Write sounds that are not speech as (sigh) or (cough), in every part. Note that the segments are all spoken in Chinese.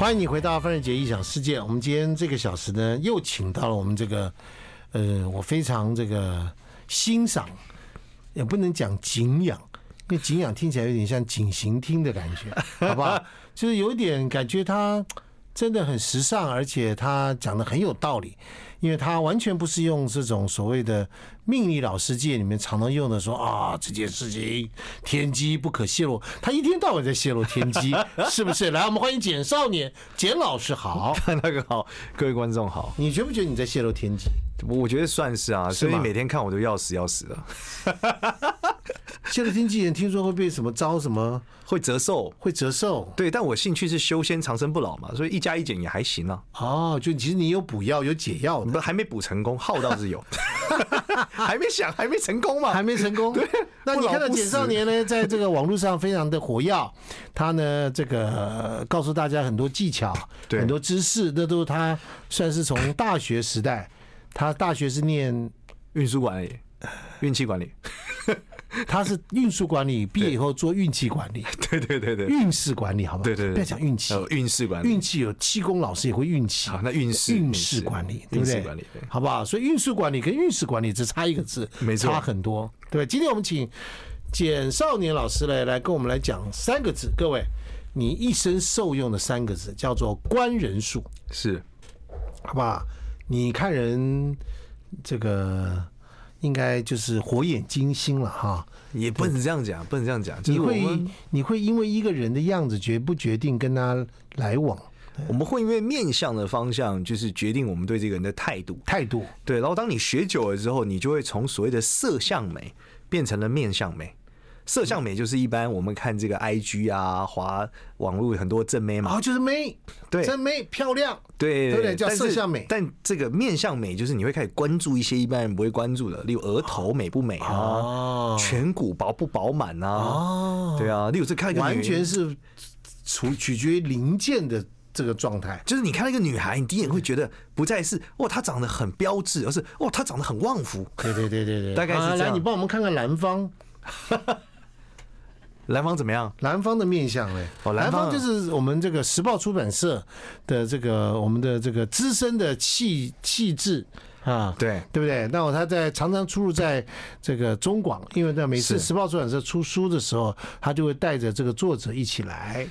欢迎你回到范瑞杰异想世界。我们今天这个小时呢，又请到了我们这个，呃，我非常这个欣赏，也不能讲敬仰，因为敬仰听起来有点像警行厅的感觉，好不好？就是有点感觉他真的很时尚，而且他讲的很有道理，因为他完全不是用这种所谓的命理老师界里面常常用的说啊这件事情天机不可泄露，他一天到晚在泄露天 (laughs) 机，是不是？来，我们欢迎简少年，简老师好， (laughs) 那个好，各位观众好，你觉不觉得你在泄露天机？我觉得算是啊，是所吗以每天看我都要死要死的，泄露天机人听说会被什么招什么 (laughs) 会折寿。会折寿对，但我兴趣是修仙长生不老嘛，所以一加一减也还行啊，哦，就其实你有补药有解药的，不还没补成功，号倒是有， (laughs) 还没想还没成功嘛 (laughs) 还。没成功。对，那你不老看到不简死少年 (laughs) 呢，在这个网络上非常的活跃，他呢这个、呃告诉大家很多技巧，对很多知识，那都是他算是从大学时代，他大学是念运输管理、运气管理， (laughs) 他是运输管理，毕业以后做运气管理、对对对 (laughs) 对，运势管理，好不好？对对对不要讲运气，呃运势管理，运气有气功老师也会运气啊好，那运势运没势事管理，对运不势对？管理对好不好？所以运势管理跟运势管理只差一个字，没错差很多，对吧今天我们请简少年老师来来跟我们来讲三个字，各位，你一生受用的三个字叫做观人术，是好不好？你看人这个应该就是火眼金睛了哈。也不能这样讲，不能这样讲，就你是我会们你会因为一个人的样子决不决定跟他来往我们会因为面向的方向，就是决定我们对这个人的态度。态度，对，然后当你学久了之后，你就会从所谓的色相美变成了面相美。色相美就是一般我们看这个 IG 啊，滑网络很多正妹然嘛，哦后就是美，对真美漂亮，啊对对不对叫但是色相美但这个面相美就是你会开始关注一些一般人不会关注的，例如额头美不美啊，哦颧骨饱不饱满啊，哦，对啊，例如这看一个女完全是取取决于零件的这个状态。就是你看那个女孩，你第一眼会觉得不再是哇她长得很标致，而是哇她长得很旺夫。 (laughs) 对对对对对，大概是啊这来，样你帮我们看看蓝方，蓝方怎么样？蓝方的面相嘞。哦蓝蓝方方就是我们这个时报出版社的这个我们的这个资深的气气质啊，对对不对？那我他在常常出入在这个中广，因为在每次是时报出版社出书的时候，他就会带着这个作者一起来，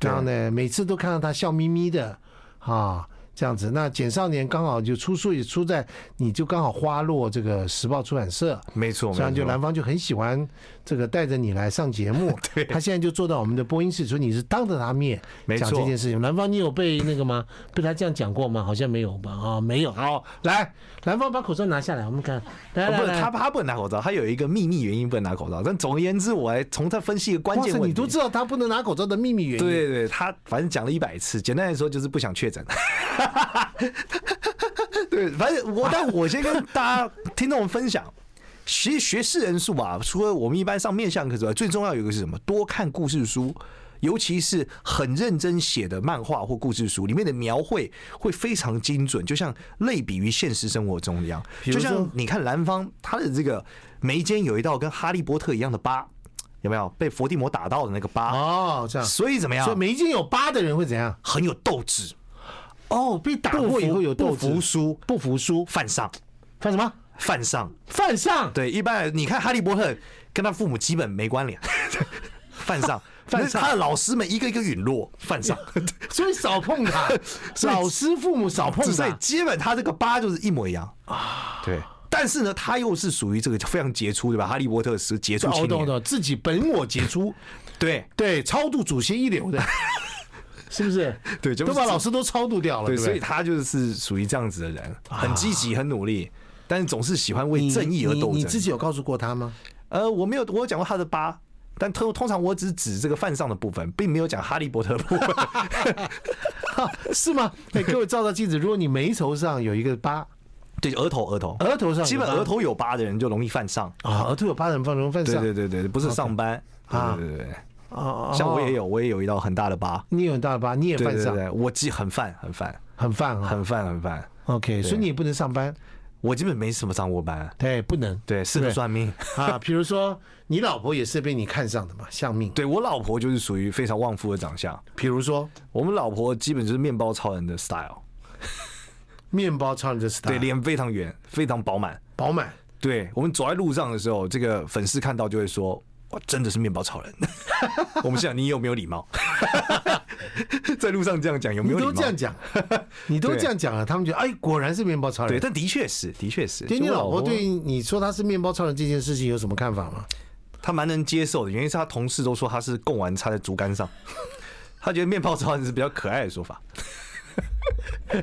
然后呢，每次都看到他笑眯眯的啊。这样子，那简少年刚好就出书也出在，你就刚好花落这个时报出版社，没错，所以没就错兰芳就很喜欢这个带着你来上节 (laughs) 目，他现在就坐到我们的播音室，说你是当着他面没讲错这件事情。兰芳，你有被那个吗？被他这样讲过吗？好像没有吧？啊、没有。好，来，兰芳把口罩拿下来，我们看。来哦、来不是来，他，他不能拿口罩，他有一个秘密原因不能拿口罩。但总而言之，我还从他分析一个关哇键塞，问题。你都知道他不能拿口罩的秘密原因。对对对，他反正讲了一百次，简单来说就是不想确诊。 (laughs) 对，反正我，但我先跟大家听众们分享，其实学识人数嘛，除了我们一般上面相课之外，最重要有一个是什么？多看故事书，尤其是很认真写的漫画或故事书，里面的描绘会非常精准，就像类比于现实生活中一样。如就说像你看兰芳，她的这个眉间有一道跟哈利波特一样的疤，有没有被伏地魔打到的那个疤？哦，这样，所以怎么样？所以每一件有疤的人会怎样？很有斗志，哦，被打过以后有不斗服志，输，不服输，犯上，犯什么？犯上。犯上。对，一般人你看哈利波特跟他父母基本没关联， (laughs) 犯上， (laughs) 犯上那他的老师们一个一个陨落，犯 (laughs) 上。所以少碰他， (laughs) 所以老师、父母少碰所以他。基本他这个八就是一模一样啊。对，但是呢，他又是属于这个非常杰出，对吧？哈利波特是杰出哦，青我懂我年，懂，自己本我杰出，对对，超度祖先一流的，是不是？对就都 (laughs) 不是把老师都超度掉了，对对，不所以对？他就是属于这样子的人，很积极，很努力，但是总是喜欢为你正义而斗你你争自。己有告诉过他吗？呃，我没有，我有讲过他的疤，但通通常我只指这个犯上的部分，并没有讲哈利波特的部分。 (laughs) 是吗？哎，给我照照镜子，如果你眉头上有一个 (laughs) 疤， (laughs) 对，额头额头，额头上有基本疤额头有疤的人就容易犯上。啊，额头有疤的人放容犯对上，对对对，不是上班啊对对对对，啊，像我也有，有，我也有一道很大的疤。你有很大的疤，你也对犯对上，对，我记很犯很犯很犯啊很犯很犯， ，OK，所以你也不能上班，我基本没什么上过班。对，不能，对，是对个算命。 (laughs) 啊，比如说你老婆也是被你看上的嘛，相命，对我老婆就是属于非常旺夫的长相，比如说我们老婆基本就是面包超人的 style，面包超人的 style，对，脸非常圆，非常饱满。饱满，对我们走在路上的时候，这个粉丝看到就会说：“哇，真的是面包超人。” (laughs) 我们心想你有没有礼貌？ (laughs) 在路上这样讲有没你有礼貌？都这样 (laughs) 讲，你都对这样讲了，他们就哎，果然是面包超对，人。但的确是，的确是。对你就我老婆对你说她是面包超人这件事情有什么看法吗？她蛮能接受的，原因是她同事都说她是贡丸插在竹竿上，她觉得面包超人是比较可爱 (laughs) 的说法。 (laughs)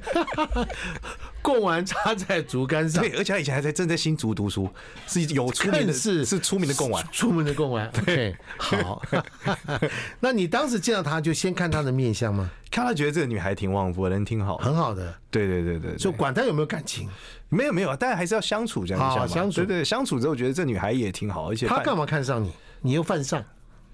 贡丸插在竹竿上，对，而且她以前还在正在新竹读书，是有出 (laughs) 名更的，是是出名的贡丸。出门的贡丸。对，好。 (laughs) 那你当时见到她就先看她的面相吗？看她觉得这个女孩挺旺夫的，人挺好的。很好的，对对对对，就就管她有没有感情，没有没有，但还是要相处这样好一下嘛。相处对对，相处之后觉得这女孩也挺好，而且她办干嘛看上你？你又犯上，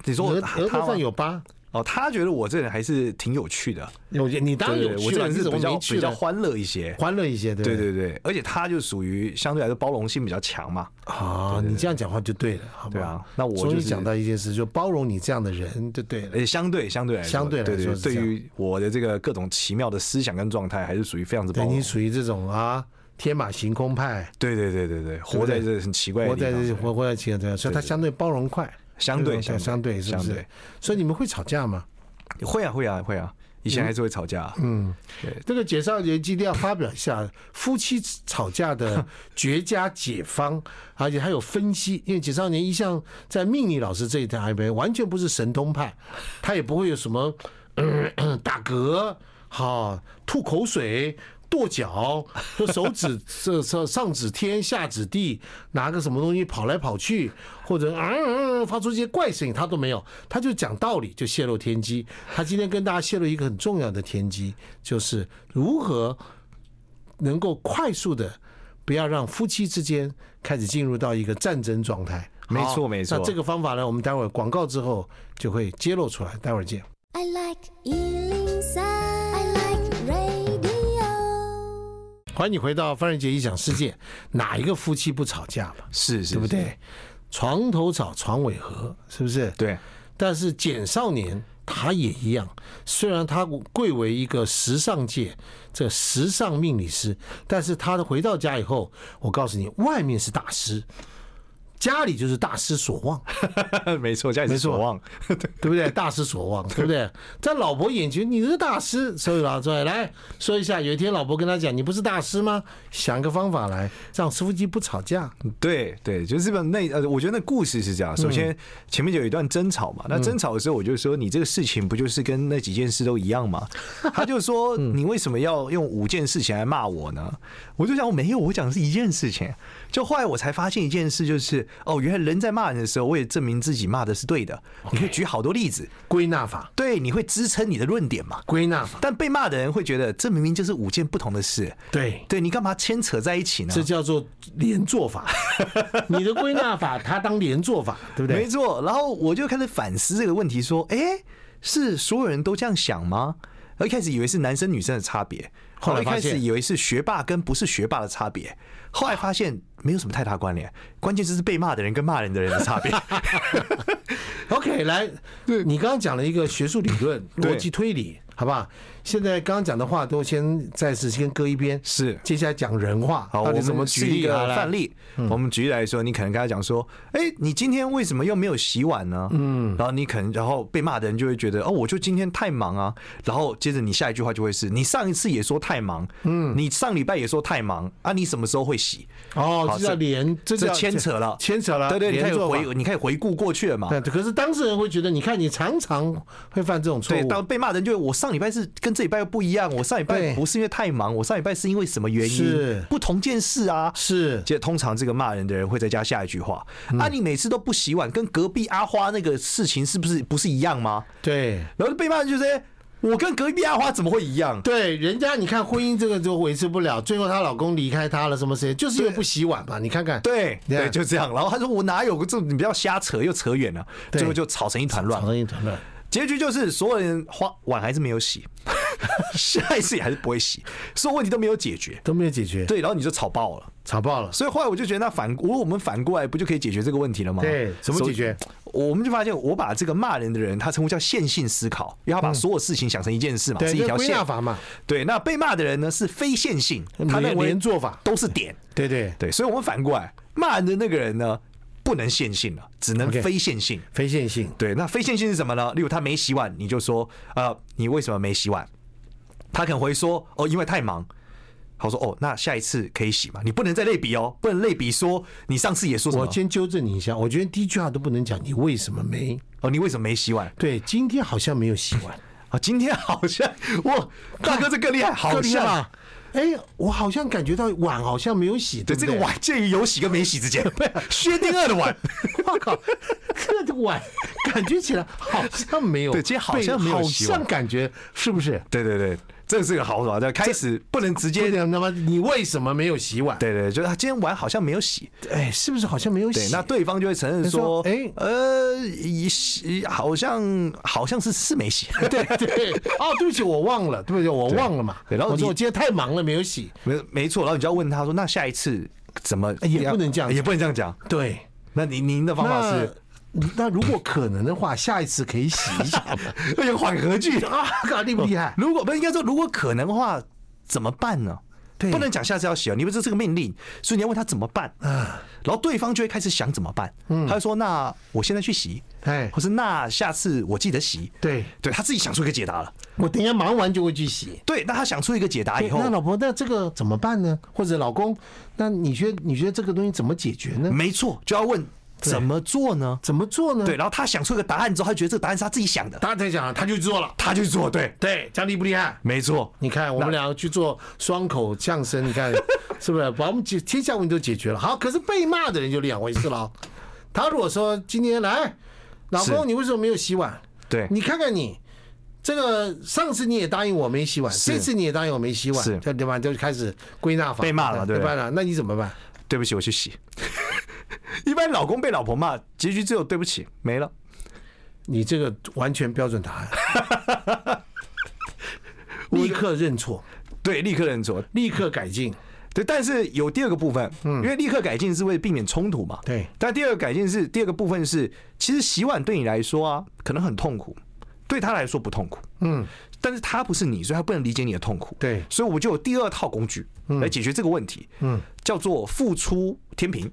你说额我额他头上有疤，哦，他觉得我这人还是挺有趣的，有你当然对有对对我趣这了，人你是怎么比较没趣比较了？欢乐一些。欢乐一些，对不对对？对对，而且他就属于相对来说包容性比较强嘛。啊，你这样讲话就对了，好不对好啊？那我终于就是讲到一件事，就包容你这样的人就对了而。且相对相对来说相对来对说对，是对这样于我的这个各种奇妙的思想跟状态，还是属于非常之包对容你。属于这种啊天马行空派，对对对对对，活在这很奇怪的活地在这方。活活在其他地方，所以他相对包容快，相对相相对对是不相是对？所以你们会吵架吗？会啊会啊会啊，以前还是会吵架。嗯，这个解少爷今天要发表一下夫妻吵架 (laughs) 的绝佳解方，而且还有分析。因为解少年一向在命理老师这一台边完全不是神通派，他也不会有什么、嗯、 (coughs) 打嗝、哈、吐口水。跺脚，说手指这这上指天下指地，拿个什么东西跑来跑去，或者啊、嗯、发出一些怪声音，他都没有，他就讲道理，就泄露天机。他今天跟大家泄露一个很重要的天机，就是如何能够快速的不要让夫妻之间开始进入到一个战争状态。没错好没错那这个方法呢，我们待会儿广告之后就会揭露出来，待会儿见。 I like Ealing Sound. I like radio. 欢迎你回到范瑞杰异想世界，哪一个夫妻不吵架嘛？是是，对不是？对？床头吵，床尾和，是不是？对， (laughs) 但是简少年他也一样，虽然他贵为一个时尚界这时尚命理师，但是他回到家以后，我告诉你，外面是大师，家里就是大失所 (laughs) 望，没错，家里是所望。对不对？大失所望，对不对？在老婆眼前，你是大师，所以老师来说一下，有一天老婆跟他讲，你不是大师吗？想个方法来让师傅机不吵架，对对，就是本那呃，我觉得那故事是这样。首先前面就有一段争吵嘛，那争吵的时候我就说，你这个事情不就是跟那几件事都一样吗？他就说，你为什么要用五件事情来骂我呢？我就想，我没有，我讲的是一件事情。就后来我才发现一件事，就是哦，原来人在骂人的时候，我也证明自己骂的是对的。你会举好多例子，归纳法，对，你会支撑你的论点嘛？归纳法，但被骂的人会觉得，这明明就是五件不同的事，对。对你干嘛牵扯在一起呢？这叫做连坐法。你的归纳法，它当连坐法，对不没对？错。然后我就开始反思这个问题，说：诶，是所有人都这样想吗？我一开始以为是男生女生的差别，后来然一发开现始以为是学霸跟不是学霸的差别，后来发现没有什么太大关联，关键就是被骂的人跟骂人的人的差别。 OK，来，你刚刚讲了一个学术理论、对逻辑推理，好不好？现在刚刚讲的话都先暂时先搁一边，是接下来讲人话，好，到我底们怎么举举例啊嗯一好个了范？例？我们举例来说，你可能跟他讲说：“哎、你今天为什么又没有洗碗呢？”嗯，然后你可能，然后被骂的人就会觉得：“哦，我就今天太忙啊。”然后接着你下一句话就会是：“你上一次也说太忙，嗯，你上礼拜也说太忙啊，你什么时候会洗？”哦，好这叫这连，这这叫牵扯了牵扯了，对对，你开连始坐法回，你开始回顾过去了嘛？对，可是当事人会觉得，你看你常常会犯这种错对，误，当被骂的人就会我上礼拜是跟这礼拜又不一样，我上礼拜对不是因为太忙，我上礼拜是因为什么原因是？不同件事啊。是就通常这个骂人的人会再加下一句话：嗯啊，你每次都不洗碗，跟隔壁阿花那个事情是不是不是一样吗？对然后被骂人就是，哎我跟隔壁阿花怎么会一样？对，人家你看婚姻这个就维持不了，最后她老公离开她了，什么事情，就是因为不洗碗嘛，你看看，对对对，就这样。然后他说我哪有这种你不要瞎扯，又扯远了，对最后就吵成一团乱吵。成一团乱，结局就是所有人花碗还是没有洗， (laughs) 下一次也还是不会洗，所有问题都没有解决。都没有解决，对，然后你就吵爆了。吵爆了。所以后来我就觉得，那反如果我们反过来，不就可以解决这个问题了吗？对怎么解决首？我们就发现，我把这个骂人的人，他称呼叫线性思考，因为他把所有事情想成一件事嘛，对，是一这条归线纳。法嘛，对，那被骂的人呢是非线性，他认连为连做法，都是点。对对，对，所以我们反过来，骂人的那个人呢，不能线性了，只能 OK 非线性。非线性，对，那非线性是什么呢？例如他没洗碗，你就说，呃，你为什么没洗碗？他可能会说，哦，因为太忙。他说，哦，那下一次可以洗嘛？你不能再类比哦，不能类比说你上次也说什我么？先纠正你一下，我觉得第一句话都不能讲你为什么没。哦，你为什么没洗碗？对，今天好像没有洗碗，啊，今天好像哇，大哥这 (laughs) 更厉害，好各地像吧。哎，我好像感觉到碗好像没有洗，对对这不个对，碗介于有洗跟没洗 (laughs) 之间，薛定谔的碗。 (laughs) 我靠，这碗感觉起来好像没有被，对今天好像没有好洗碗像感觉是不是？对对对，这是个好法。对，开始不能直接接。着，那么你为什么没有洗碗？，对对，就是他今天碗好像没有洗，哎，是不是好像没有对，洗？那对方就会承认说，他说哎呃，一洗好像好像是是没洗，对对，哦，对不起，我忘了，对不起，我忘了嘛。对然后我说你我今天太忙了，没有洗。 (laughs) 没没错，然后你就要问他说，那下一次怎么哎也不能这样也不能这样讲。对，那您您的方法那是那如果可能的话，下一次可以洗一下嘛。 (laughs) (laughs) 那有缓和句，啊，靠厉不厉害？哦如果不是应该说，如果可能的话，怎么办呢？对不能讲下次要洗哦，你们这是个命令，所以你要问他怎么办。啊然后对方就会开始想怎么办，他就说：“那我现在去洗，嗯哎或是那下次我记得洗。”对对，他自己想出一个解答了。我等一下忙完就会去洗。对，那他想出一个解答以哎后，那老婆，那这个怎么办呢？或者老公，那你觉得你觉得这个东西怎么解决呢？没错，就要问怎么做呢？怎么做呢？对，，然后他想出一个答案之后，他觉得这个答案是他自己想的，大家在讲，他去做了。他去做。对，对，这样厉不厉害？没错，你看，我们俩去做双口相声，你 (laughs) 看是不是把我们解天下问题都解决了？好，可是被骂的人就两回事了哦。他如果说今天来，老是公，你为什么没有洗碗？对，你看看你，这个上次你也答应我没洗碗，是这次你也答应我没洗碗是，这对吧？就开始归纳法，被骂了嘛对对不对吧？那你怎么办？对不起，我去洗。 (laughs) 一般老公被老婆骂，结局只有对不起，没了。你这个完全标准答案， (laughs) 立刻认错，对，立刻认错。立刻改进，对，但是有第二个部分，因为立刻改进是为了避免冲突嘛。嗯对但第二个改进是第二个部分是，其实洗碗对你来说啊，可能很痛苦，对他来说不痛苦，嗯，但是他不是你，所以他不能理解你的痛苦。对所以我就有第二套工具来解决这个问题，嗯，叫做付出天平。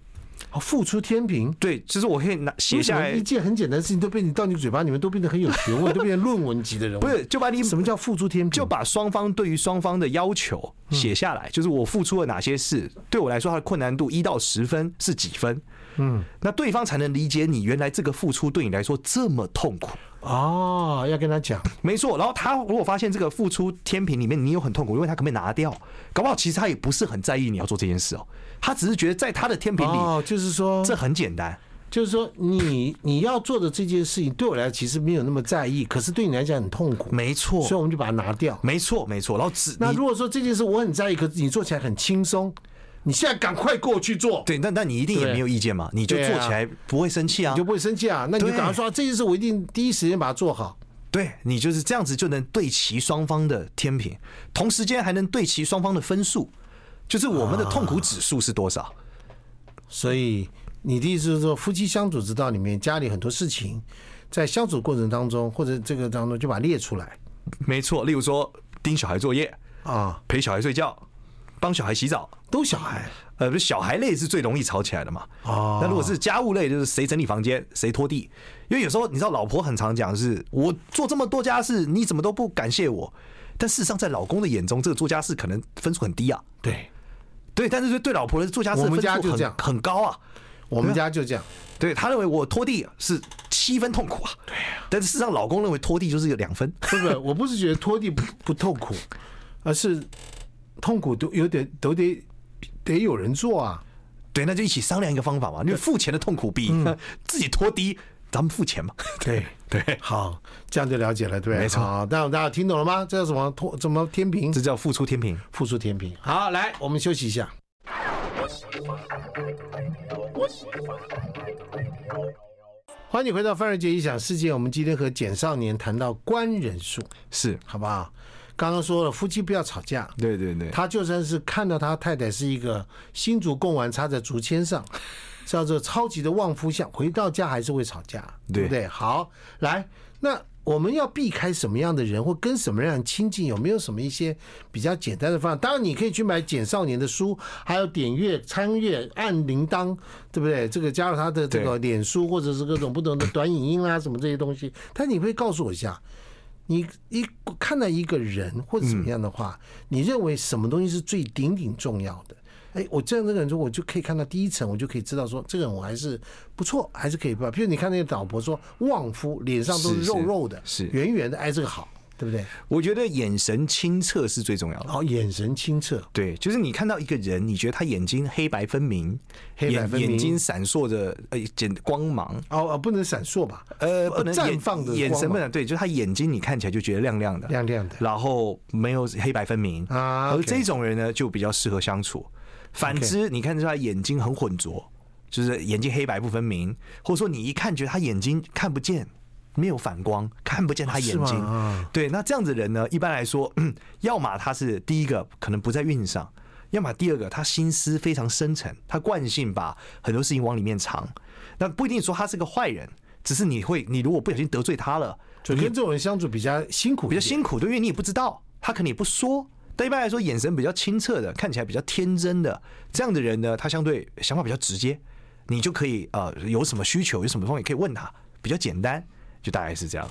哦付出天平。对，就是我可以拿写为什下么来一，件很简单的事情都被你到你嘴巴里面，都变得很有学问，都变成论文级的人物。不是就把你什么叫付出天平？就把双方对于双方的要求嗯写下来，就是我付出了哪些事，对我来说它的困难度一到十分是几分，嗯，那对方才能理解你原来这个付出对你来说这么痛苦，哦，要跟他 (laughs) 讲，没错。然后他如果发现这个付出天平里面你有很痛苦，因为他可不可以拿掉？搞不好其实他也不是很在意你要做这件事哦，他只是觉得在他的天平里哦，就是说，这很简单，就是说你你要做的这件事情，对我来讲其实没有那么在意，可是对你来讲很痛苦，没错所以，我们就把它拿掉。没错，没错。然后只那你如果说这件事我很在意，可是你做起来很轻松，你现在赶快过去做，对，那那你一定也对没有意见嘛，你就对做啊起来不会生气啊你就，不会生气啊。那你就对赶快说、啊这件事我一定第一时间把它做好。对你就是这样子就能对齐双方的天平，同时间还能对齐双方的分数，就是我们的痛苦指数是多少？所以你的意思是说，夫妻相处之道里面，家里很多事情，在相处过程当中或者这个当中就把它列出来没错，例如说盯小孩作业、啊，陪小孩睡觉、帮小孩洗澡，都小孩呃，不是小孩类是最容易吵起来的嘛。哦那如果是家务类，就是谁整理房间，谁拖地。因为有时候你知道，老婆很常讲的是我做这么多家事，你怎么都不感谢我？但事实上，在老公的眼中，这个做家事可能分数很低啊。对，对，但是对老婆的做家事我的们分家数就这很样很高啊。 (laughs) 我们家就这样，对他认为我拖地是七分痛苦啊。对啊，但是事实上，老公认为拖地就是有两分。 (laughs) 不是，我不是觉得拖地不不痛苦，而是痛苦都有点都得得有人做啊。对，那就一起商量一个方法嘛。你付钱的痛苦比、 (laughs) 自己拖低，咱们 (laughs) 付钱嘛。嗯对对，好，这样就了解了，对不对？没错好，那大家听懂了吗？这叫什么拖？怎么天平这？叫付出天平。付出天平。好，来，我们休息一下。欢迎你回到范瑞杰异想世界。我们今天和简少年谈到官人数，是，好不好？刚刚说了，夫妻不要吵架。对对对，他就算是看到他太太是一个新竹贡丸插在竹签 (laughs) 上，叫做超级的旺夫相，回到家还是会吵架，对不对？好，来，那我们要避开什么样的人，或跟什么样的人亲近？有没有什么一些比较简单的方法？当然，你可以去买简少年的书，还有点阅、参阅、按铃铛，对不对？这个加入他的这个脸书，或者是各种不同的短影音啊啦、什么这些东西。但你会告诉我一下，你一看到一个人或者怎么样的话，嗯你认为什么东西是最顶顶重要的？哎，我这样这个人说，我就可以看到第一层，我就可以知道说，这个人我还是不错，还是可以吧。譬如你看那个导播说，旺夫脸上都是是是肉肉的，是圆圆的，哎，这个好，对不对？我觉得眼神清澈是最重要然的。后眼神清澈，对，就是你看到一个人，你觉得他眼睛黑白分明，黑白分明眼眼睛闪烁着呃简光芒，哦，哦不能闪烁吧？呃，哦不能绽眼放的眼光神不芒能对，就是他眼睛你看起来就觉得亮亮的，亮亮的然后没有黑白分明啊而 OK 这种人呢就比较适合相处。反之，你看出他眼睛很浑浊，就是眼睛黑白不分明，或者说你一看觉得他眼睛看不见。没有反光，看不见他眼是睛。吗啊对，那这样子的人呢，一般来说， (clears throat) 嗯要么他是第一个可能不在运上，要么第二个他心思非常深沉，他惯性把很多事情往里面藏。那不一定说他是个坏人，只是你会，你如果不小心得罪他了，就跟这种人相处比较辛苦，比较。辛苦，对，因为你也不知道，他可能也不说。但一般来说，眼神比较清澈的，看起来比较天真的这样的人呢，他相对想法比较直接，你就可以呃有什么需求，有什么方法可以问他，比较简单，就大概是这样。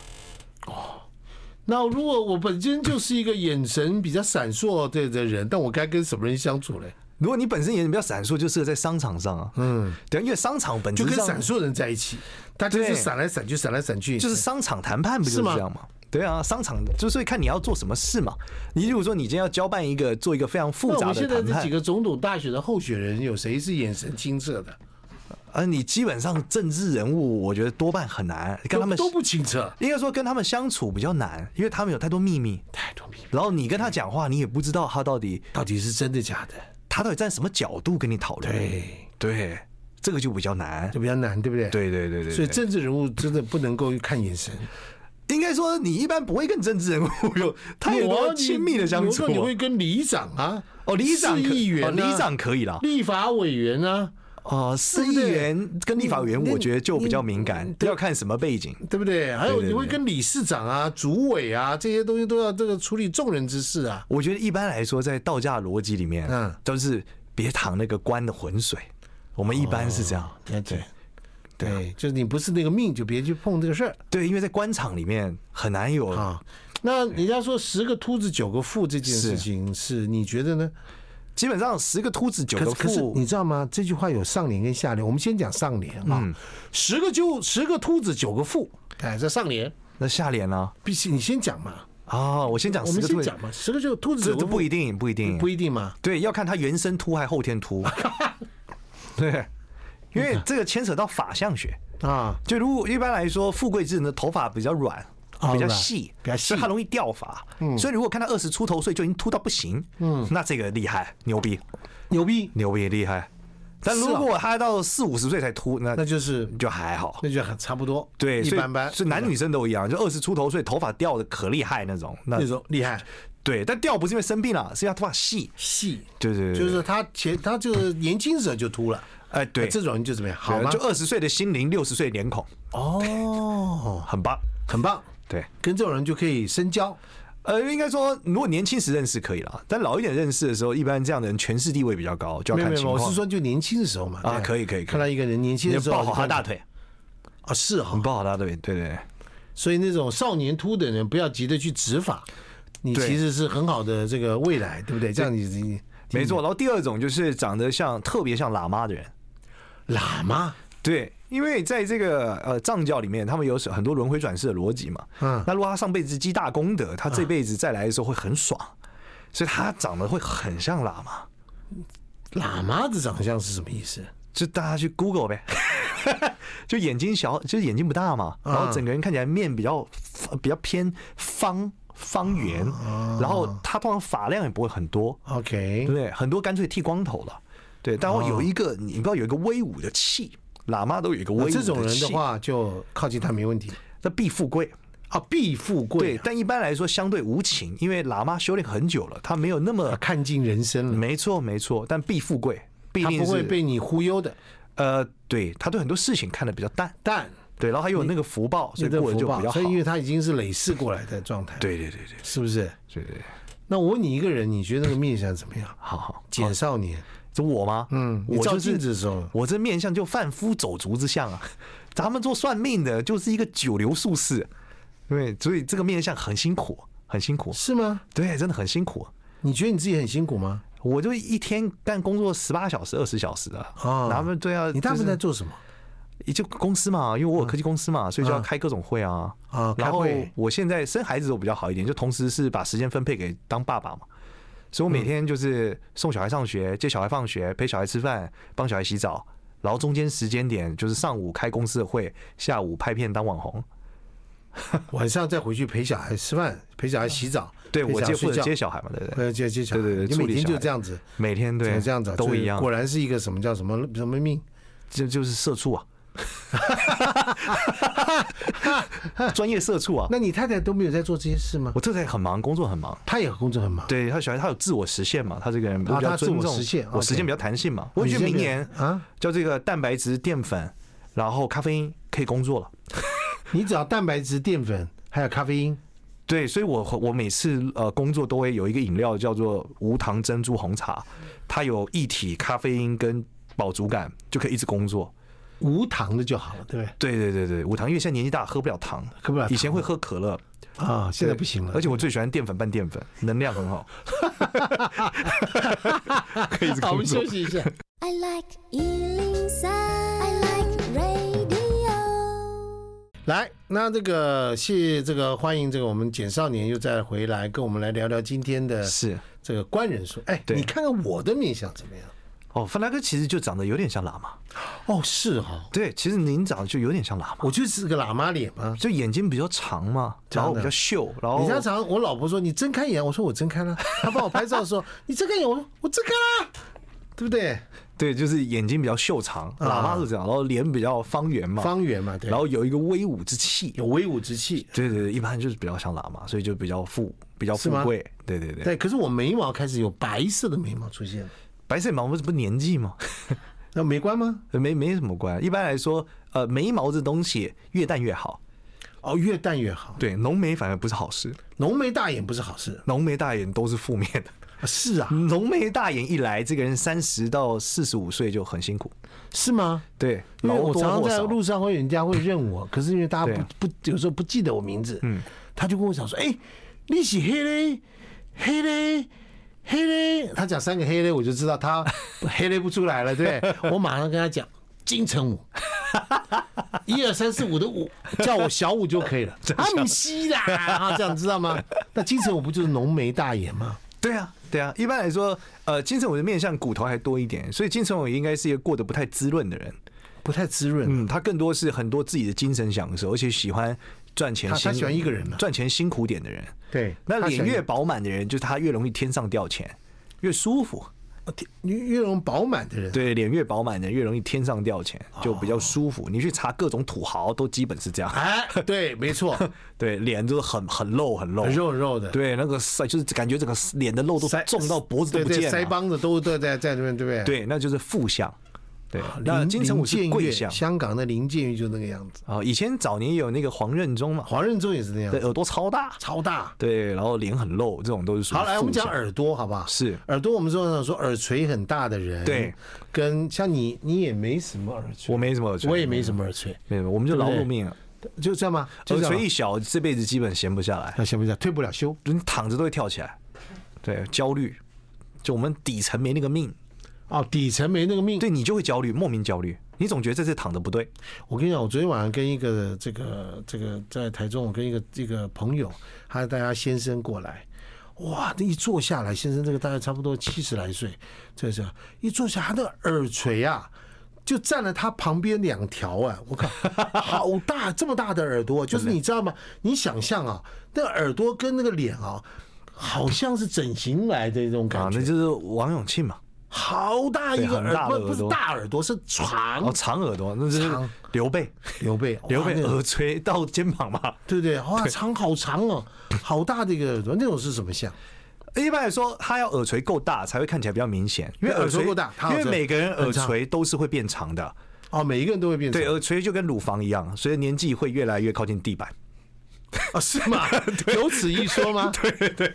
那如果我本身就是一个眼神比较闪烁的的人，但我该跟什么人相处嘞？如果你本身眼神比较闪烁，就适合在商场上啊，嗯，对，因为商场本质就跟上闪烁人在一起，他就是对闪来闪去，闪来闪去，就是商场谈判不就是吗是这样吗？对啊，商场就所以看你要做什么事嘛。你如果说你今天要交办一个做一个非常复那我杂们的现在谈这几判，个总统大选的候选人，有谁是眼神清澈的？呃，你基本上政治人物，我觉得多半很难跟他们都都不清澈，应该说跟他们相处比较难，因为他们有太多秘密，太多秘密，然后你跟他讲话，你也不知道他到底到底是真的假的？他到底站什么角度跟你讨论。对对，这个就比较难就。比较难，对不对？。对对对对，所以对政治人物真的不能够看眼神，应该说你一般不会跟政治人物有太有啊多你亲密的相有时处候。你会跟里长啊，哦，里长市可议员、啊哦，里长、可以啦。立法委员啊，哦，市对议不对员跟立法委员，你我觉得就比较敏你感你，对要看什么背景。对不对？还有对对你会跟理事长啊、主委啊这些东西都要这个处理众人之事啊。我觉得一般来说，在道家逻辑里面，嗯嗯，都是别淌那个官的浑水。我们一般是这样，了解，对啊对，哎就是你不是那个命，就别去碰这个事儿。对，因为在官场里面很难有啊。那人家说十个秃子九个富这件事情是，你觉得呢？基本上十个秃子九可个是可是富你，知道吗？这句话有上联跟下联，我们先讲上联嗯啊。十个就十个秃子九个富，哎，这上联那下联呢？必须你先讲嘛，啊，我先讲我十们个先秃，讲嘛。十个就秃子这九这个富不一定，不一定，不一定嘛。对，要看他原生秃还后天 (laughs) 秃。对，因为这个牵扯到法相学。啊，就如果一般来说，富贵之人的头发比较软。啊比较软细，比较所以细嗯他容易掉发。所以如果看他二十出头岁就已经秃到不行，嗯，那这个厉害，牛逼，牛逼，牛逼，厉害。但是如啊果他到四五十岁才秃，那那就是就还好。那就很差不多，对，一所以般般。所以男女生都一样，就二十出头岁，头发掉的可厉害那种。那那种厉害对，但掉不是因为生病了，是因为他头发细。细，对对对，就是他前他就是年轻时候就秃了，哎对，这种人就怎么样？好对吗就？二十岁的心灵，六十岁的脸孔，哦，很棒。很棒，对，跟这种人就可以深交。呃，应该说，如果年轻时认识可以了，但老一点认识的时候，一般这样的人权势地位比较高，就没要有看没有，情我况。是说就年轻的时候嘛。啊对可以可以可以看到一个人年轻你的时候抱好他大就腿，看啊，是哈你。抱好他大腿，对对对。所以那种少年秃的人，不要急着去执法，你对其实是很好的这个未来，对不对？这样你你没错，然后第二种就是长得像特别像喇嘛的人，喇嘛对，因为在这个呃藏教里面，他们有很多轮回转世的逻辑嘛。嗯那如果他上辈子积大功德，他这辈子再来的时候会很爽，所以他长得会很像喇嘛。喇嘛的长相是什么意思？就大家去 Google 呗， (laughs) 就眼睛小，就是眼睛不大嘛，嗯然后整个人看起来面比较比较偏方方圆，哦然后他通常发量也不会很多，嗯对 OK，啊不对？很多干脆剃光头了，对。但哦我有一个，你不知道有一个威武的气，喇嘛都有一个威我武的气，哦这种人的，话就靠近他没问题那必富贵。啊，必富贵对，啊，但一般来说相对无情，因为喇嘛修炼很久了，他没有那么啊，看尽人生了，没错没错，但必富贵必他定不会是被你忽悠的。呃，对他对很多事情看得比较淡，但对，然后还有那个福报，所你以的过得福就比较报，好所以。因为他已经是累世过来的状态，，对对对对是不是？对对，那我问你一个人，你觉得那个面相怎么样？好好，简少年，这我吗？嗯，你我照就镜子是的时候，我这面相就贩夫走卒之相啊，咱们做算命的就是一个九流术士，对，所以这个面相很辛苦，很辛苦，是吗？对，真的很辛苦。你觉得你自己很辛苦吗？我就一天干工作十八小时、二十小时的，哦他们对啊，你大部分在就做什么？是就公司嘛，因为我有科技公司嘛，所以就要嗯开各种会啊。啊，开然后会我现在生孩子我比较好一点，就同时是把时间分配给当爸爸嘛，所以我每天就是送小孩上学、接小孩放学、陪小孩吃饭、帮小孩洗澡，然后中间时间点就是上午开公司的会，下午拍片当网红。晚上再回去陪小孩吃饭，陪小孩洗澡，对陪我小接孩或睡者觉，接小孩嘛，对不对？呃接接小孩，对对对你处每理天小就孩这样子，每天怎对么这样子啊都这一样，果然是一个什么叫什么什么命？这就是社畜啊， (laughs) 专业社畜啊。那你太太都没有在做这些事吗我？特太很忙，工作很忙。她也工作很忙，对他喜欢他有自我实现嘛，他这个人比啊较他自尊我重实现我时 OK 间比较弹性嘛。哦我你觉这得明个年啊，叫这个蛋白质、淀粉，然后咖啡因可以工作了。你只要蛋白质、淀粉还有咖啡因，对，所以我我每次呃工作都会有一个饮料叫做无糖珍珠红茶，它有一体咖啡因跟饱足感，就可以一直工作。无糖的就好了，对不对？对对对对，无糖，因为现在年纪大喝不了糖，喝不了糖以前会喝可乐，啊，现在不行了，而且我最喜欢淀粉拌淀粉，能量很好。可以一直好，我工们作休。息一下。 I like Ealing Sound. I like radio. (laughs) 来，那这个谢这个欢迎这个我们简少年又再回来跟我们来聊聊今天的 (laughs) 是这个官人术。哎，对你看看我的面相怎么样？哦，范大哥其实就长得有点像喇嘛。哦，是哈，对，其实您长得就有点像喇嘛，我就是个喇嘛脸嘛。就眼睛比较长嘛，然后比较秀，然后李家常，我老婆说你睁开眼，我说我睁开了。她帮我拍照的 (laughs) 时候，你睁开眼，我说我睁开了，对不对？对，就是眼睛比较秀长，喇嘛是这样，然后脸比较啊方圆嘛，方圆嘛，对。然后有一个威武之气。有威武之气，对对对，一般就是比较像喇嘛，所以就比较富，比较是富吗贵。对对对，对。可是我眉毛开始有白色的眉毛出现了，白色毛不是不年纪吗？ (laughs) 那没关吗？没没什么关。一般来说，呃，眉毛这东西越淡越好。哦，越淡越好。对，浓眉反而不是好事，浓眉大眼不是好事，浓眉大眼都是负面的。啊是啊，浓眉大眼一来，这个人三十到四十五岁就很辛苦。是吗？对，因为劳我多常常或在少路上会，人家会认我，可是因为大家对啊不不有时候不记得我名字，嗯，他就跟我讲说，哎，你是黑嘞，黑嘞，黑嘞，他讲三个黑嘞，我就知道他 (laughs) 黑嘞不出来了，对不 (laughs) 对，我马上跟他讲金城武，一二三四五的五，叫我小五就可 (laughs) 以了，阿米西啦，啊，这样知道吗？那金城武不就是浓眉大眼吗？对啊，对啊，一般来说，呃，金城武的面相骨头还多一点，所以金城武应该是一个过得不太滋润的人。不太滋润，嗯，他更多是很多自己的精神享受，而且喜欢赚钱他辛他喜欢一个人啊赚钱辛苦点的人。对那他喜脸欢一越饱满的人，就是他越容易天上掉钱，越舒服。越越容易饱满的人，对，脸越饱满的人越容易天上掉钱，就比较舒服。你去查各种土豪，都基本是这样。哎， (laughs) 对，没错，对，脸就是很很露，很露，很肉很肉的，哦对，那个塞就是感觉整个脸的肉都塞重到脖子都对不对，见了。腮帮子都都在在这边，对不对？对，那就是副相。对，那啊林金城武是林建贵岳相香港的林建岳就那个样子，啊。以前早年有那个黄任中嘛，黄任中也是那样对，子，耳朵超大，超大。对，然后脸很露，这种都是属于好，来我们副相讲，耳朵，好不好？是耳朵，我们说说耳垂很大的人，对，跟像你，你也没什么耳垂，我没什么耳垂，我也没什么耳垂，没什么，我们就劳对不碌对命啊，就这样吗？就耳这样垂一吗，小，这辈子基本闲不下来，那行不行？退不了休，就你躺着都会跳起来，对，焦虑，就我们底层没那个命，哦，底层没那个命，对你就会焦虑，莫名焦虑，你总觉得这次躺的不对，我跟你讲，我昨天晚上跟一个这个这个在台中，我跟一个这个朋友，他带他先生过来，哇，那一坐下来，先生这个大概差不多七十来岁，这是一坐下，他的耳垂啊，就占了他旁边两条啊，我靠，好大，这么大的耳朵，就是你知道吗？你想象啊，那耳朵跟那个脸啊，好像是整形来的那种啊感，觉，那就是王永庆嘛，好大一对个很大耳，的不不耳是朵大耳朵，是长哦，长耳朵，那就是长刘备，刘备，刘哇备那个耳垂到肩 (laughs) 膀嘛。对不对？哇，长好长 (laughs) 哦，好大的一个耳朵，那种是什么像？一般来说，他要耳垂够大才会看起来比较明显，因为对耳垂耳垂够大他因耳为垂每个人耳很长垂都是会变长的，哦，每一个人都会变成对，耳垂就跟乳房一样，随着年纪会越来越靠近地板。啊，是吗？有此一说 (laughs) 吗？对对，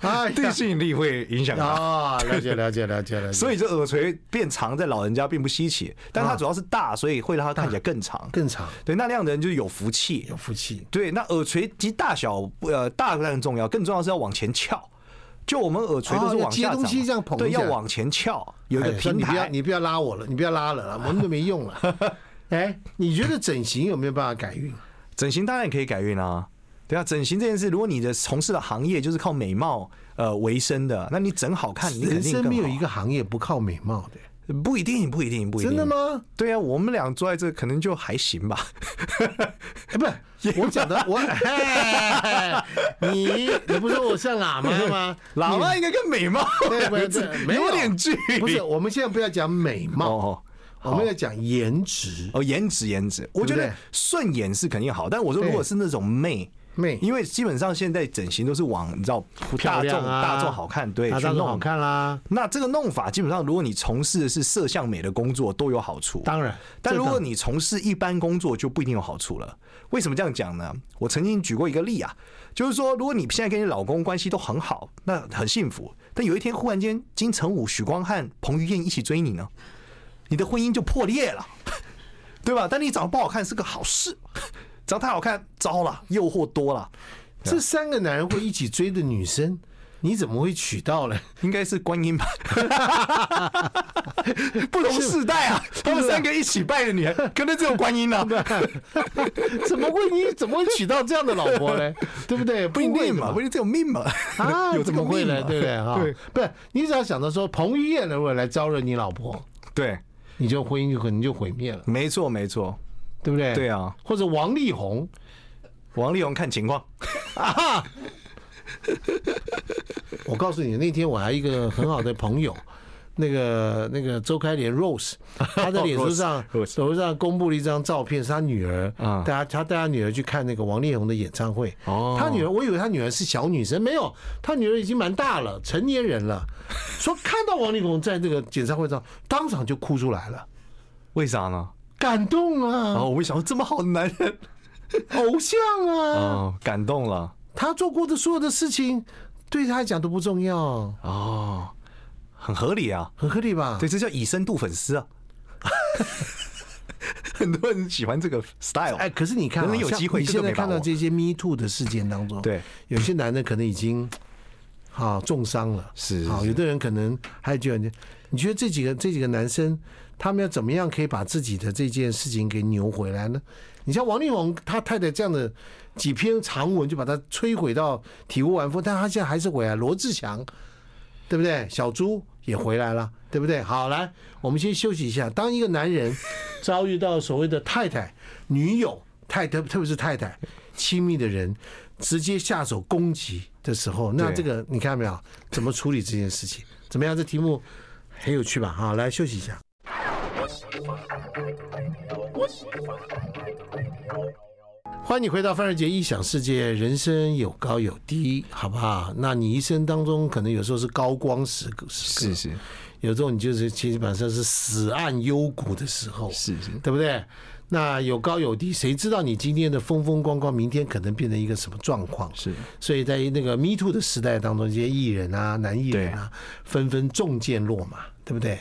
哎地呀，吸引力会影响它，啊，了解了解了解了解，所以这耳垂变长在老人家并不稀奇，但啊它主要是大，所以会让它看起来更长。更长对，那那样的人就是有福气有。福气，对，那耳垂及大小，呃，大当然很重要，更重要是要往前翘。就我们耳垂都哦是要往下接长东嘛，西这样捧对，起来要往前翘，有一个哎平你不要台。你不要拉我了，你不要拉了啦，我们都没用了。 (laughs) 哎，你觉得整形有没有办法改运？整形当然也可以改运啊，对啊，整形这件事，如果你的从事的行业就是靠美貌呃为生的，那你整好看，你肯人定更生好没有一个行业不靠美貌的，不一定，不一定，不一真定，的？吗？对啊，我们俩坐在这可能就还行吧。哎，不是，我讲的我，哎你你不是我像喇嘛吗？ (laughs) 喇嘛应该跟美貌对不两个对字对？没 (laughs) 有点距离。不 (laughs) 是，我们现在不要讲美貌，哦我们要讲颜值。哦，颜值颜值，我觉对得不对顺眼是肯定好，但我说如果对是那种媚媚因为基本上现在整形都是往你知道漂大众亮啊大众好看，对，啊，去当然弄好。看啦，那这个弄法基本上，如果你从事的是色相美的工作，都有好处。当然但这如果当你从事一般工作，就不一定有好处了。为什么这样讲呢？我曾经举过一个例啊，就是说，如果你现在跟你老公关系都很好，那很幸福，但有一天忽然间，金城武、许光汉、彭于晏一起追你呢，你的婚姻就破裂了， (laughs) 对吧？但你长得不好看是个好事， (laughs) 长得太好看糟了，诱惑多了，这三个男人会一起追的女生，你怎么会娶到 (laughs) 呢？应该是观音 (laughs) 吧？不同世代啊，他们三个一起拜的女孩，可能只有观音啊。怎么会？你怎么会娶到这样的老婆 (laughs) 呢？对不对？不一会定嘛，不一定这有命嘛，啊，有这怎么么会命呢？嘛对不对 (laughs) 啊？对不是，你只要想到说彭于晏如果来招惹你老婆， (laughs) 对，你就婚姻就可能就毁灭了，没错没错，对不对？对啊，或者王力宏，王力宏看情况，我告诉你，那天我还一个很好的朋友，那个那个周开莲 (laughs) Rose，她在脸书上哦 Rose，Rose 手上公布了一张照片，是她女儿啊带她她带她女儿去看那个王力宏的演唱会。哦她女儿，我以为她女儿是小女生，没有，她女儿已经蛮大了，成年人了。说看到王力宏在那个演唱会上，当场就哭出来了，为啥呢？感动然啊，后我想说这么好的男人，偶像啊，哦，感动了，他做过的所有的事情，对他来讲都不重要，哦，很合理啊，很合理吧？对，这叫以深度粉丝啊， (laughs) 很多人喜欢这个 style，哎，可是你看啊，人人有像机会你这现个在没把看到握这些 Me Too 的事件当中，对，有些男的可能已经啊重伤了，是是啊，有的人可能还有就你觉得这几个这几个男生，他们要怎么样可以把自己的这件事情给扭回来呢？你像王力宏他太太这样的几篇长文就把他摧毁到体无完肤，但他现在还是回来。罗志祥，对不对？小猪也回来了，对不对？好，来，我们先休息一下。当一个男人遭遇到所谓的太太、女友、太特特别是太太亲密的人直接下手攻击的时候，那对这个你看到没有？怎么处理这件事情？怎么样？这题目很有趣吧？好，来休息一下。欢迎你回到范儿杰异想世界，人生有高有低，好不好？那你一生当中可能有时候是高光时刻，时刻是是有时候你就是基本上是死岸幽谷的时候，是是，对不对？那有高有低，谁知道你今天的风风光光，明天可能变成一个什么状况？是，所以在那个 Me Too 的时代当中，这些艺人啊、男艺人啊，纷纷中箭落马，对不对？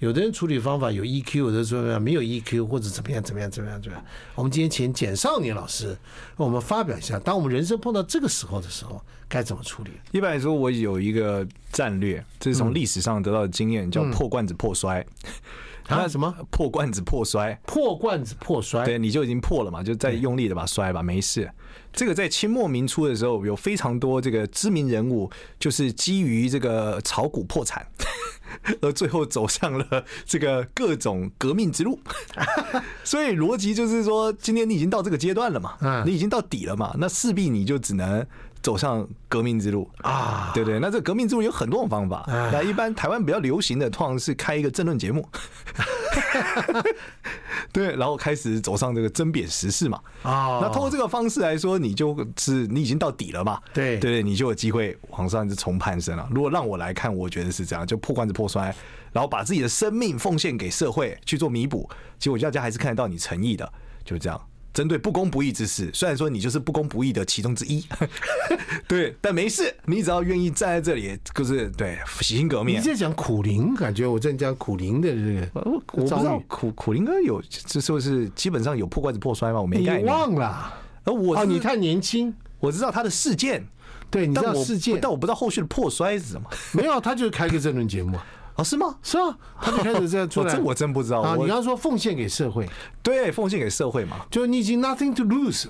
有的人处理方法有 EQ，有的说没有 EQ，或者怎么样怎么样怎么样怎么样。我们今天请简少年老师，我们发表一下，当我们人生碰到这个时候的时候，该怎么处理？一般来说，我有一个战略，这是从历史上得到的经验，叫破罐子破摔。嗯啊什么？哎破罐子破摔，破罐子破摔，对，你就已经破了嘛，就再用力的把它摔吧，没事。这个在清末民初的时候，有非常多这个知名人物，就是基于这个炒股破产， (laughs) 而最后走上了这个各种革命之 (laughs) 路。所以逻辑就是说，今天你已经到这个阶段了嘛，嗯你已经到底了嘛，那势必你就只能。走上革命之路啊，对对，那这革命之路有很多种方法。那一般台湾比较流行的，通常是开一个政论节目， (laughs) 对，然后开始走上这个争辩时事嘛。啊那通过这个方式来说，你就是你已经到底了嘛？对对，你就有机会往上就重攀升了。如果让我来看，我觉得是这样，就破罐子破摔，然后把自己的生命奉献给社会去做弥补，结果大家还是看得到你诚意的，就这样。针对不公不义之事，虽然说你就是不公不义的其中之一， (laughs) 对，但没事，你只要愿意站在这里，就是对洗心革面你。在讲苦灵，感觉我在讲苦灵的这个，我我不知遭道遇苦苦林哥有这就是基本上有破罐子破摔吗？我没你概念。忘了？而我哦，是你太年轻，我知道他的事件，对，你知但道我世界但我不知道后续的破摔是什么。没有？他就是开个政论节目啊， (laughs) 哦，是吗？是啊，他就开始这样出来。哦 (laughs) 这我真不知道啊，我你刚说奉献给社会，对，奉献给社会嘛。就是你已经 nothing to lose，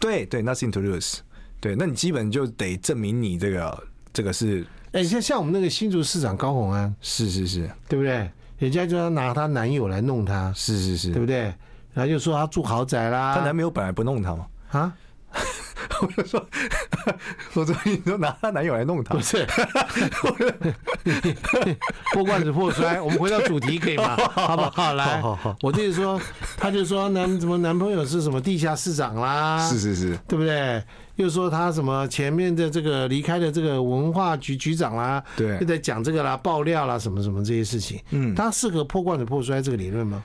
对对，nothing to lose。对，那你基本就得证明你这个这个是哎，像像我们那个新竹市长高虹安，是是是对不对？人家就要拿她男友来弄她，是是是，对啊不对？对？然后就说她住豪宅啦，她男朋友本来不弄她吗？啊，我就说， (laughs) 我说你都拿她男友来弄她不，是， (laughs) 破罐子破摔。我们回到主题可以 (laughs) 吗？好不好？来好好，我就是说，她就说男什么男朋友是什么地下市长啦，是是是，对不对？又说他什么前面的这个离开的这个文化局局长啦，对又在讲这个啦、爆料啦什么什么这些事情，嗯他适合破罐子破摔这个理论吗？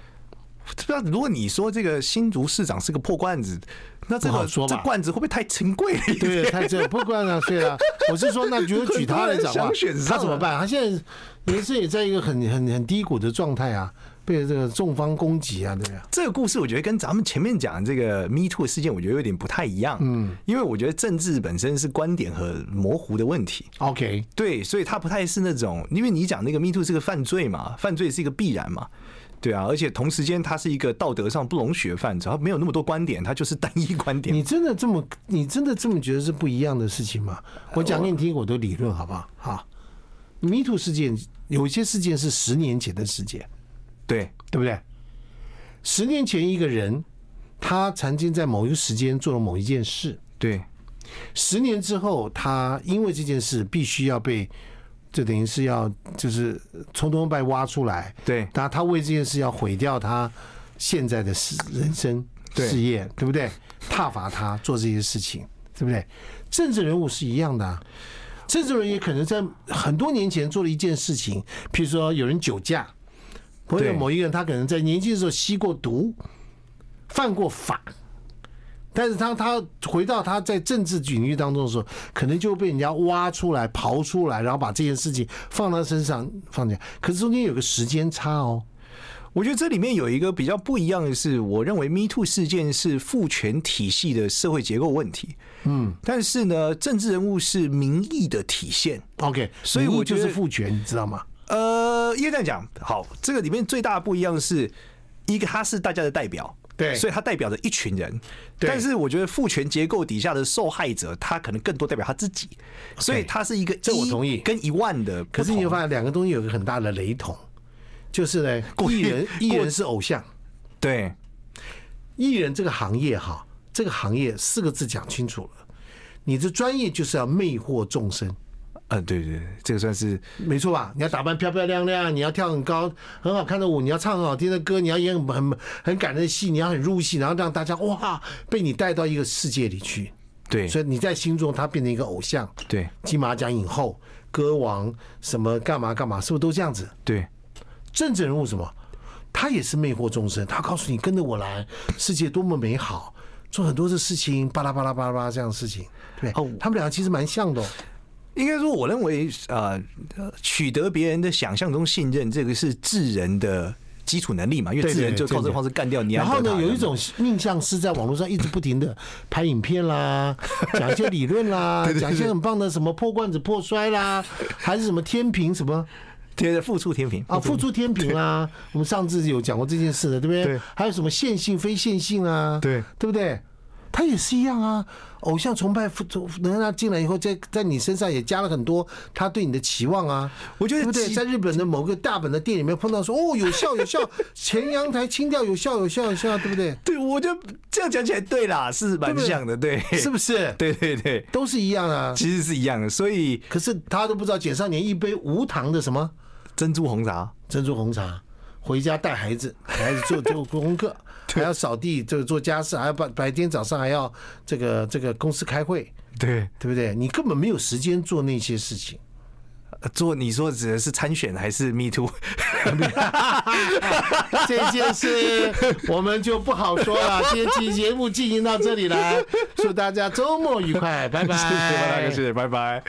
不知道啊如果你说这个新竹市长是个破罐子，那这不个好说吧这罐子会不会太珍贵了一点？对，他 (laughs) 这破罐子啊碎了。我是说，那就举他来讲很多话人想选，上他啊怎么办？他现在人生也在一个很很很低谷的状态啊，被这个众方攻击啊，对不对？这个故事我觉得跟咱们前面讲的这个 Me Too 事件，我觉得有点不太一样。嗯，因为我觉得政治本身是观点很模糊的问题。 OK，对，所以它不太是那种，因为你讲那个 Me Too 是个犯罪嘛，犯罪是一个必然嘛，对啊，而且同时间它是一个道德上不容许的范畴，它没有那么多观点，它就是单一观点你。真的这么你真的这么觉得是不一样的事情吗？我讲给你听我的理论好不好？好，迷途事件有一些事件是十年前的事件，对，对不对？十年前一个人，他曾经在某一个时间做了某一件事，对，十年之后，他因为这件事必须要被，这等于是要就是从中被挖出来，对那他为这件事要毁掉他现在的事人生对事业，对不对？挞伐他做这些事情，对不对？政治人物是一样的、啊，政治人也可能在很多年前做了一件事情，譬如说有人酒驾，或者对某一个人他可能在年轻的时候吸过毒，犯过法。但是当他回到他在政治领域当中的时候，可能就被人家挖出来、刨出来，然后把这件事情放到身上放下。可是中间有个时间差哦，我觉得这里面有一个比较不一样的是，我认为 Me Too 事件是父权体系的社会结构问题，嗯，但是呢，政治人物是民意的体现。 OK，所以我民意就觉是得父权，你知道吗？呃，应该这样讲，好，这个里面最大的不一样是，一个他是大家的代表，对所以他代表着一群人。对但是我觉得父权结构底下的受害者，他可能更多代表他自己，所以他是一个这我一同意跟一万的不可同。是你会发现两个东西有个很大的雷同，就是 (laughs) 呢，过艺去人艺过人是偶像，对艺人这个行业哈，这个行业四个字讲清楚了，你的专业就是要魅惑众生。呃，对对，对这个算是没错吧？你要打扮漂漂亮亮，你要跳很高、很好看的舞，你要唱很好听的歌，你要演很很很感人的戏，你要很入戏，然后让大家哇被你带到一个世界里去。对所以你在心中他变成一个偶像，对金马奖影后、歌王什么干嘛干嘛，是不是都这样子？对政治人物什么，他也是魅惑众生，他告诉你跟着我来，世界多么美好，做很多的事情，巴拉巴拉巴拉巴拉这样的事情，对不对哦他们两个其实蛮像的哦、应该说，我认为呃，取得别人的想象中信任，这个是智人的基础能力嘛，因为对智人对就靠对这个方式干掉你。然后呢，有一种命相是在网络上一直不停的拍影片 (laughs) 啦，讲一些理论啦，讲一些很棒的什么破罐子破摔啦，还是什么天平什么贴着付出天平啊，付出天平啦。我们上次有讲过这件事的，对不对？对还有什么线性非线性啊？对对不对？它也是一样啊，偶像崇拜付出，能让他进来以后，在在你身上也加了很多他对你的期望啊。我觉得对不对？其在日本的某个大本的店里面碰到说，哦，有效有 (laughs) 效，前阳台清掉有效有效有效，对不对？对，我就这样讲起来，对啦，是蛮对不对像的，对，是不是？ (laughs) 对对对，都是一样啊。其实是一样的。所以可是他都不知道简少年一杯无糖的什么珍珠红茶，珍珠红茶，回家带孩子，给孩子做做功课，还要扫地，就做家事，还要白白天早上还要这个这个公司开会，对，对不对？你根本没有时间做那些事情。呃做你说指的是参选还是 Me Too？ (laughs) 这件事我们就不好说了。今天节目进行到这里了，祝大家周末愉快，拜谢谢拜谢。谢，拜拜。